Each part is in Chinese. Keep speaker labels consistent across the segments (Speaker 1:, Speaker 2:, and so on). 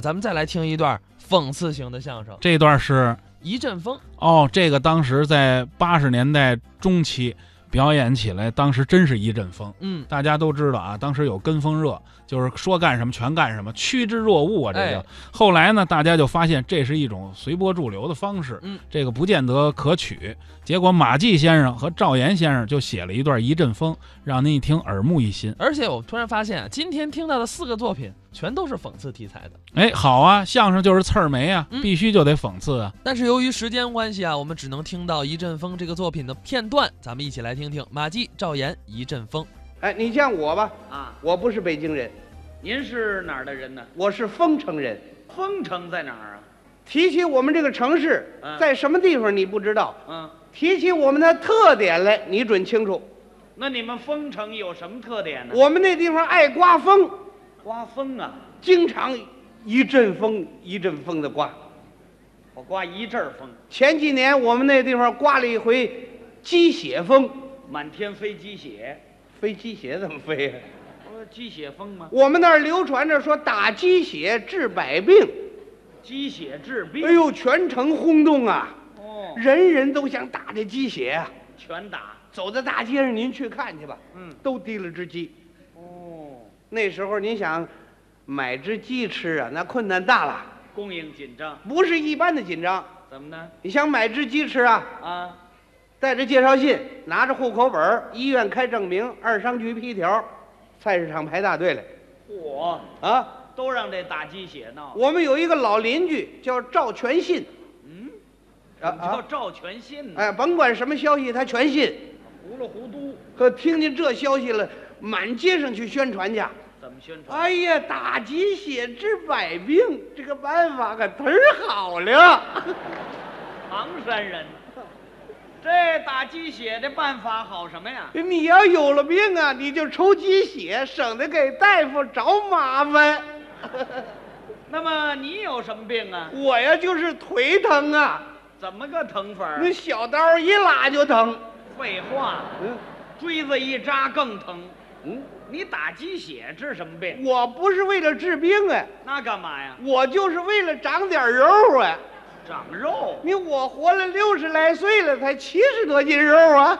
Speaker 1: 咱们再来听一段讽刺型的相声，
Speaker 2: 这段是
Speaker 1: 一阵风。
Speaker 2: 哦，这个当时在八十年代中期表演起来，当时真是一阵风。
Speaker 1: 嗯，
Speaker 2: 大家都知道啊，当时有跟风热，就是说干什么全干什么，趋之若鹜啊，这个。
Speaker 1: 哎
Speaker 2: 后来呢，大家就发现这是一种随波逐流的方式，
Speaker 1: 嗯
Speaker 2: 这个不见得可取。结果马季先生和赵岩先生就写了一段《一阵风》，让您一听耳目一新。
Speaker 1: 而且我突然发现，今天听到的四个作品全都是讽刺题材的。
Speaker 2: 哎，好啊，相声就是刺儿眉啊，
Speaker 1: 嗯
Speaker 2: 必须就得讽刺啊。
Speaker 1: 但是由于时间关系啊，我们只能听到《一阵风》这个作品的片段。咱们一起来听听马季、赵岩《一阵风》。
Speaker 3: 哎，你像我吧，
Speaker 4: 啊，
Speaker 3: 我不是北京人，
Speaker 4: 您是哪儿的人呢？
Speaker 3: 我是丰城人。
Speaker 4: 丰城在哪儿啊？
Speaker 3: 提起我们这个城市
Speaker 4: 嗯
Speaker 3: 在什么地方，你不知道；
Speaker 4: 嗯，
Speaker 3: 提起我们的特点来，你准清楚。
Speaker 4: 那你们丰城有什么特点呢？
Speaker 3: 我们那地方爱刮风，
Speaker 4: 刮风啊，
Speaker 3: 经常一阵风一阵风的刮。
Speaker 4: 我刮一阵儿风，
Speaker 3: 前几年我们那地方刮了一回鸡血风，
Speaker 4: 满天飞鸡血，
Speaker 3: 飞鸡血怎么飞呀、
Speaker 4: 不是鸡血风吗？
Speaker 3: 我们那儿流传着说打鸡血治百病，
Speaker 4: 鸡血治病。
Speaker 3: 哎呦，全城轰动啊，
Speaker 4: 哦，
Speaker 3: 人人都想打这鸡血啊。
Speaker 4: 全打。
Speaker 3: 走在大街上，您去看去吧，
Speaker 4: 嗯，
Speaker 3: 都提了只鸡。
Speaker 4: 哦，
Speaker 3: 那时候您想买只鸡吃啊，那困难大了，
Speaker 4: 供应紧张，
Speaker 3: 不是一般的紧张。
Speaker 4: 怎么呢？
Speaker 3: 你想买只鸡吃啊，
Speaker 4: 啊，
Speaker 3: 带着介绍信，拿着户口本儿，医院开证明，二商局批条，菜市场排大队来
Speaker 4: 我
Speaker 3: 啊。
Speaker 4: 都让这打鸡血闹。
Speaker 3: 我们有一个老邻居叫赵全信，
Speaker 4: 嗯，
Speaker 3: 啊
Speaker 4: 怎么叫
Speaker 3: 啊，
Speaker 4: 赵全信呢？
Speaker 3: 哎，甭管什么消息他全信。
Speaker 4: 糊里糊涂，
Speaker 3: 可听见这消息了，满街上去宣传去。
Speaker 4: 怎么宣传？
Speaker 3: 哎呀，打鸡血治百病，这个办法可忒儿好了。
Speaker 4: 唐山人，这打鸡血的办法好什么呀？
Speaker 3: 你要有了病啊，你就抽鸡血，省得给大夫找麻烦。
Speaker 4: 那么你有什么病啊？
Speaker 3: 我呀，就是腿疼啊，
Speaker 4: 怎么个疼法儿
Speaker 3: 那？小刀一拉就疼。
Speaker 4: 废话，
Speaker 3: 嗯
Speaker 4: 锥子一扎更疼。
Speaker 3: 嗯，
Speaker 4: 你打鸡血治什么病？
Speaker 3: 我不是为了治病啊，
Speaker 4: 那干嘛呀？
Speaker 3: 我就是为了长点肉啊。
Speaker 4: 长肉，
Speaker 3: 你我活了六十来岁了，才七十多斤肉啊。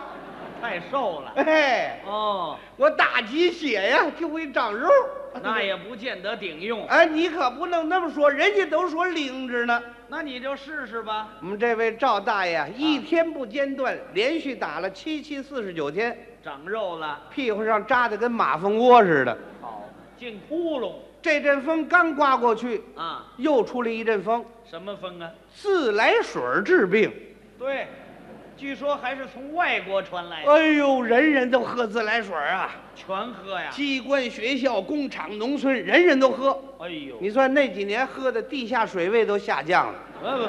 Speaker 4: 太瘦了。
Speaker 3: 哎，
Speaker 4: 哦，
Speaker 3: 我打鸡血呀，就会长肉。
Speaker 4: 那也不见得顶用。
Speaker 3: 啊哎，你可不能那么说，人家都说灵着呢。
Speaker 4: 那你就试试吧。
Speaker 3: 我们这位赵大爷啊一天不间断，连续打了七七四十九天，
Speaker 4: 长肉了，
Speaker 3: 屁股上扎的跟马蜂窝似的。
Speaker 4: 好，进窟窿
Speaker 3: 这阵风刚刮过去，
Speaker 4: 啊？
Speaker 3: 又出了一阵风，
Speaker 4: 什么风啊？
Speaker 3: 自来水儿治病。
Speaker 4: 对，据说还是从外国传来的，
Speaker 3: 哎呦，人人都喝自来水儿啊！
Speaker 4: 全喝呀。
Speaker 3: 机关、学校、工厂、农村，人人都喝。
Speaker 4: 哎呦，
Speaker 3: 你算那几年喝的地下水位都下降了。
Speaker 4: 呃不，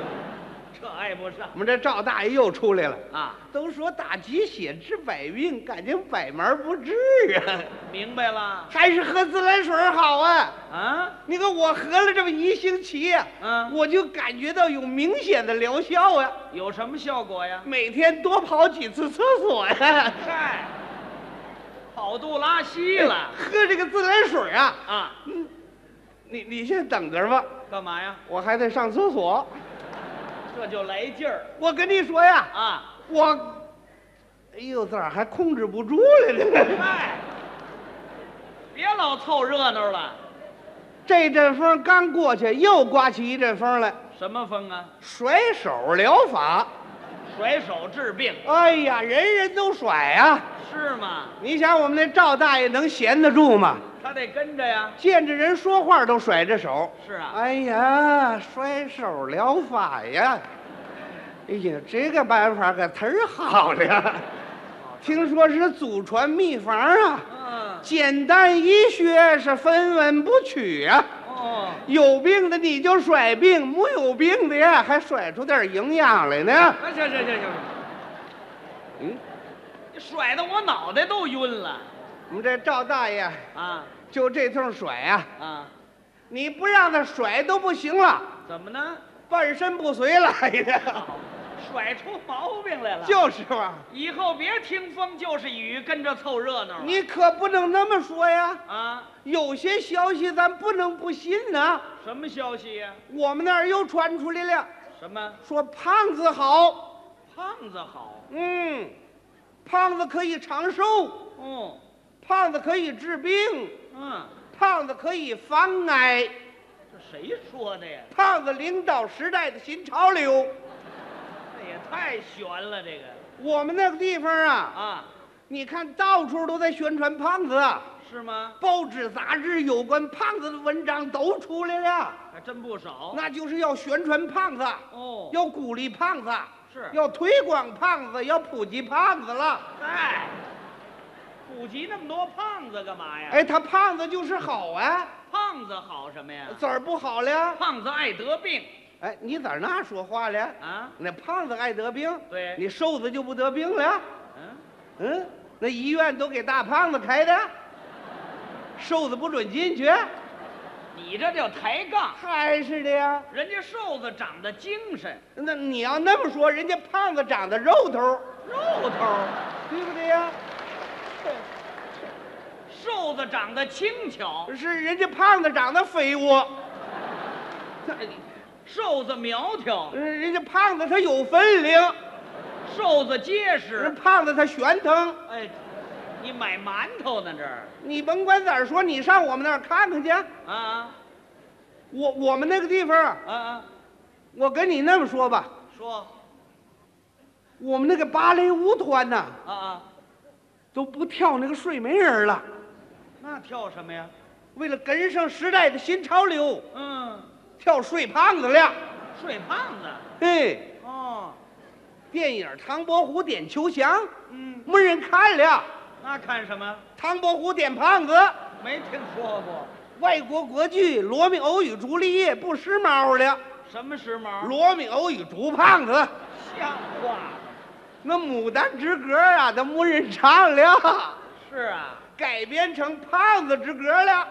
Speaker 4: 这爱不上
Speaker 3: 我们这赵大爷又出来了。
Speaker 4: 啊。
Speaker 3: 都说打鸡血治百病，感情百门不治啊，
Speaker 4: 明白了
Speaker 3: 还是喝自来水儿好啊。
Speaker 4: 啊？
Speaker 3: 你看我喝了这么一星期呀、
Speaker 4: 嗯
Speaker 3: 我就感觉到有明显的疗效啊。
Speaker 4: 有什么效果呀？
Speaker 3: 每天多跑几次厕所呀、
Speaker 4: 嗨，跑肚拉稀了
Speaker 3: 喝这个自来水儿啊，
Speaker 4: 啊？
Speaker 3: 你你先等着吧，
Speaker 4: 干嘛呀？
Speaker 3: 我还得上厕所。
Speaker 4: 这就来劲儿
Speaker 3: 我跟你说呀，
Speaker 4: 啊！
Speaker 3: 我，哎呦，咋还控制不住了呢？
Speaker 4: 嗨，别老凑热闹了。
Speaker 3: 这阵风刚过去，又刮起一阵风来，
Speaker 4: 什么风啊？
Speaker 3: 甩手疗法。
Speaker 4: 甩手治病
Speaker 3: 哎呀，人人都甩啊！
Speaker 4: 是吗？
Speaker 3: 你想我们那赵大爷能闲得住吗？
Speaker 4: 他得跟着呀。
Speaker 3: 见着人说话都甩着手。
Speaker 4: 是啊，
Speaker 3: 哎呀，甩手疗法呀！哎呀，这个办法可忒儿好了呀！听说是祖传秘方啊，
Speaker 4: 嗯，
Speaker 3: 简单医学是分文不取啊。
Speaker 4: 哦，
Speaker 3: 有病的你就甩病，没有病的呀还甩出点营养来呢。
Speaker 4: 那哎行行行行，
Speaker 3: 嗯，
Speaker 4: 你甩的我脑袋都晕了
Speaker 3: 我们这赵大爷
Speaker 4: 啊
Speaker 3: 就这通甩啊，
Speaker 4: 啊！
Speaker 3: 你不让他甩都不行了，
Speaker 4: 怎么呢？
Speaker 3: 半身不遂了。哎呀，
Speaker 4: 甩出毛病来了。
Speaker 3: 就是嘛，
Speaker 4: 以后别听风就是雨，跟着凑热闹了。
Speaker 3: 你可不能那么说呀。
Speaker 4: 啊，
Speaker 3: 有些消息咱不能不信呐。
Speaker 4: 什么消息呀、
Speaker 3: 我们那儿又传出来了，
Speaker 4: 什么
Speaker 3: 说胖子好，
Speaker 4: 胖子好？
Speaker 3: 嗯，胖子可以长寿，
Speaker 4: 哦，
Speaker 3: 胖子可以治病，
Speaker 4: 嗯，
Speaker 3: 胖子可以防癌，
Speaker 4: 这谁说的呀？
Speaker 3: 胖子领导时代的新潮流。
Speaker 4: 这也太悬了，这个
Speaker 3: 我们那个地方啊，
Speaker 4: 啊，
Speaker 3: 你看到处都在宣传胖子，啊
Speaker 4: 是吗？
Speaker 3: 报纸、杂志有关胖子的文章都出来了，
Speaker 4: 还真不少。
Speaker 3: 那就是要宣传胖子，
Speaker 4: 哦，
Speaker 3: 要鼓励胖子，
Speaker 4: 是
Speaker 3: 要推广胖子，要普及胖子了。
Speaker 4: 哎，普及那么多胖子干嘛呀？
Speaker 3: 哎，他胖子就是好啊，
Speaker 4: 胖子好什么哎呀？
Speaker 3: 怎儿不好了？
Speaker 4: 胖子爱得病
Speaker 3: 哎，你咋那说话了？
Speaker 4: 啊？
Speaker 3: 那胖子爱得病，
Speaker 4: 对
Speaker 3: 你瘦子就不得病了。
Speaker 4: 嗯，
Speaker 3: 嗯，那医院都给大胖子开的，瘦子不准进去，
Speaker 4: 你这叫抬杠。
Speaker 3: 还是的呀。
Speaker 4: 人家瘦子长得精神，
Speaker 3: 那你要那么说，人家胖子长得肉头，
Speaker 4: 肉头儿；
Speaker 3: 对不对呀？
Speaker 4: 瘦子长得轻巧，
Speaker 3: 是人家胖子长得肥沃，
Speaker 4: 哎瘦子苗条，
Speaker 3: 呃人人家胖子他有分量，
Speaker 4: 瘦子结
Speaker 3: 人
Speaker 4: 实。
Speaker 3: 胖子他悬腾。
Speaker 4: 哎，你买馒头呢这儿
Speaker 3: 你甭管咋说，你上我们那儿看看去。
Speaker 4: 啊
Speaker 3: 我我们那个地方，
Speaker 4: 啊啊！
Speaker 3: 我跟你那么说吧，
Speaker 4: 说
Speaker 3: 我们那个芭蕾舞团呐、
Speaker 4: 啊啊，
Speaker 3: 都不跳那个睡美人了，
Speaker 4: 那跳什么呀？
Speaker 3: 为了跟上时代的新潮流，
Speaker 4: 嗯，
Speaker 3: 跳睡胖子了。
Speaker 4: 睡胖子。
Speaker 3: 嘿，
Speaker 4: 哦，
Speaker 3: 电影《唐伯虎点秋香》
Speaker 4: 嗯，
Speaker 3: 没人看了，
Speaker 4: 那看什么？
Speaker 3: 唐伯虎点胖子。
Speaker 4: 没听说过。
Speaker 3: 外国国剧《罗密欧与朱丽叶》不时髦了，
Speaker 4: 什么时髦？
Speaker 3: 《罗密欧与朱胖子》
Speaker 4: 像话吗？
Speaker 3: 那《牡丹之歌》啊，都没人唱了，
Speaker 4: 是啊，
Speaker 3: 改编成《胖子之歌》了。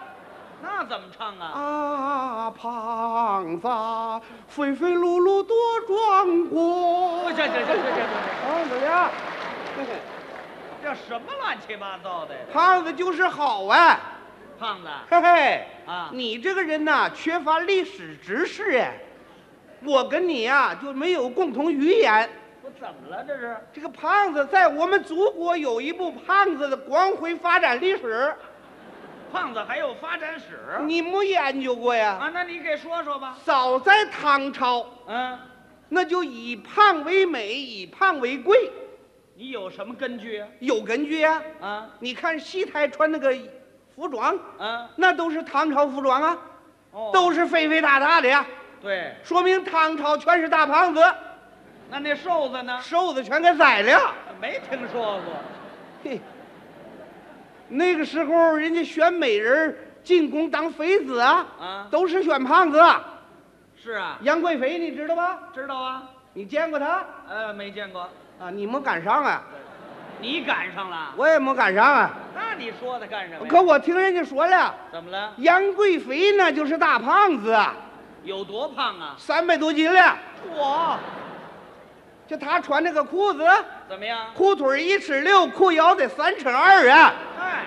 Speaker 4: 那怎么唱啊？
Speaker 3: 啊，胖子，肥肥碌碌多壮
Speaker 4: 不
Speaker 3: 观。
Speaker 4: 这这这这这
Speaker 3: 胖子呀，
Speaker 4: 这这什么乱七八糟的呀？
Speaker 3: 胖子就是好哎，
Speaker 4: 胖子
Speaker 3: 嘿嘿，
Speaker 4: 啊，
Speaker 3: 你这个人呐、缺乏历史知识哎，我跟你呀、就没有共同语言。
Speaker 4: 我怎么了这是？
Speaker 3: 这个胖子在我们祖国有一部胖子的光辉发展历史，
Speaker 4: 胖子还有发展史
Speaker 3: 你没研究过呀？
Speaker 4: 啊？那你给说说吧。
Speaker 3: 早在唐朝，
Speaker 4: 嗯，
Speaker 3: 那就以胖为美，以胖为贵，
Speaker 4: 你有什么根据啊？
Speaker 3: 有根据呀、
Speaker 4: 啊
Speaker 3: 你看西台穿那个服装，
Speaker 4: 啊
Speaker 3: 那都是唐朝服装啊，
Speaker 4: 哦，
Speaker 3: 都是肥肥大大的呀，
Speaker 4: 对。
Speaker 3: 说明唐朝全是大胖子，
Speaker 4: 那那瘦子呢？
Speaker 3: 瘦子全给宰了。
Speaker 4: 没听说过。
Speaker 3: 嘿，那个时候人家选美人儿进宫当妃子啊，
Speaker 4: 啊，
Speaker 3: 都是选胖子。
Speaker 4: 是啊，
Speaker 3: 杨贵妃你知道吧？
Speaker 4: 知道啊，
Speaker 3: 你见过她
Speaker 4: 呃，没见过，
Speaker 3: 啊？你没赶上啊，
Speaker 4: 你赶上了，
Speaker 3: 我也没赶上啊。
Speaker 4: 那你说他干什么呀？
Speaker 3: 可我听人家说了，
Speaker 4: 怎么了？
Speaker 3: 杨贵妃那就是大胖子，
Speaker 4: 有多胖啊？
Speaker 3: 三百多斤了。
Speaker 4: 我
Speaker 3: 就她穿那个裤子，
Speaker 4: 怎么样？
Speaker 3: 裤腿一尺六，裤腰得三尺二啊！
Speaker 4: 哎，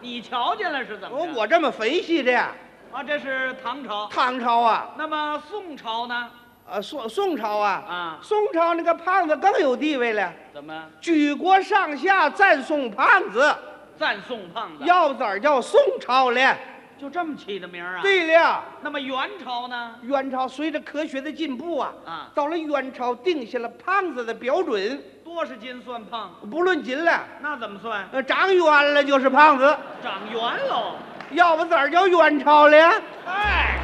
Speaker 4: 你瞧见了是怎么
Speaker 3: 我
Speaker 4: 着？
Speaker 3: 我这么分析的，
Speaker 4: 啊，这是唐朝。
Speaker 3: 唐朝啊，
Speaker 4: 那么宋朝呢？
Speaker 3: 呃宋宋朝啊，
Speaker 4: 啊，
Speaker 3: 宋朝那个胖子更有地位了，
Speaker 4: 怎么
Speaker 3: 举国上下赞颂胖
Speaker 4: 啊
Speaker 3: 子，
Speaker 4: 赞颂胖子？
Speaker 3: 要子儿叫宋朝了。
Speaker 4: 就这么起的名儿啊？。
Speaker 3: 对了，
Speaker 4: 那么元朝呢？
Speaker 3: 元朝随着科学的进步啊，
Speaker 4: 啊，
Speaker 3: 到了元朝定下了胖子的标准，
Speaker 4: 多少斤算胖？
Speaker 3: 不论斤了，
Speaker 4: 那怎么算？
Speaker 3: 呃长圆了就是胖子，
Speaker 4: 长圆喽。
Speaker 3: 要不咋儿叫元朝了？
Speaker 4: 哎，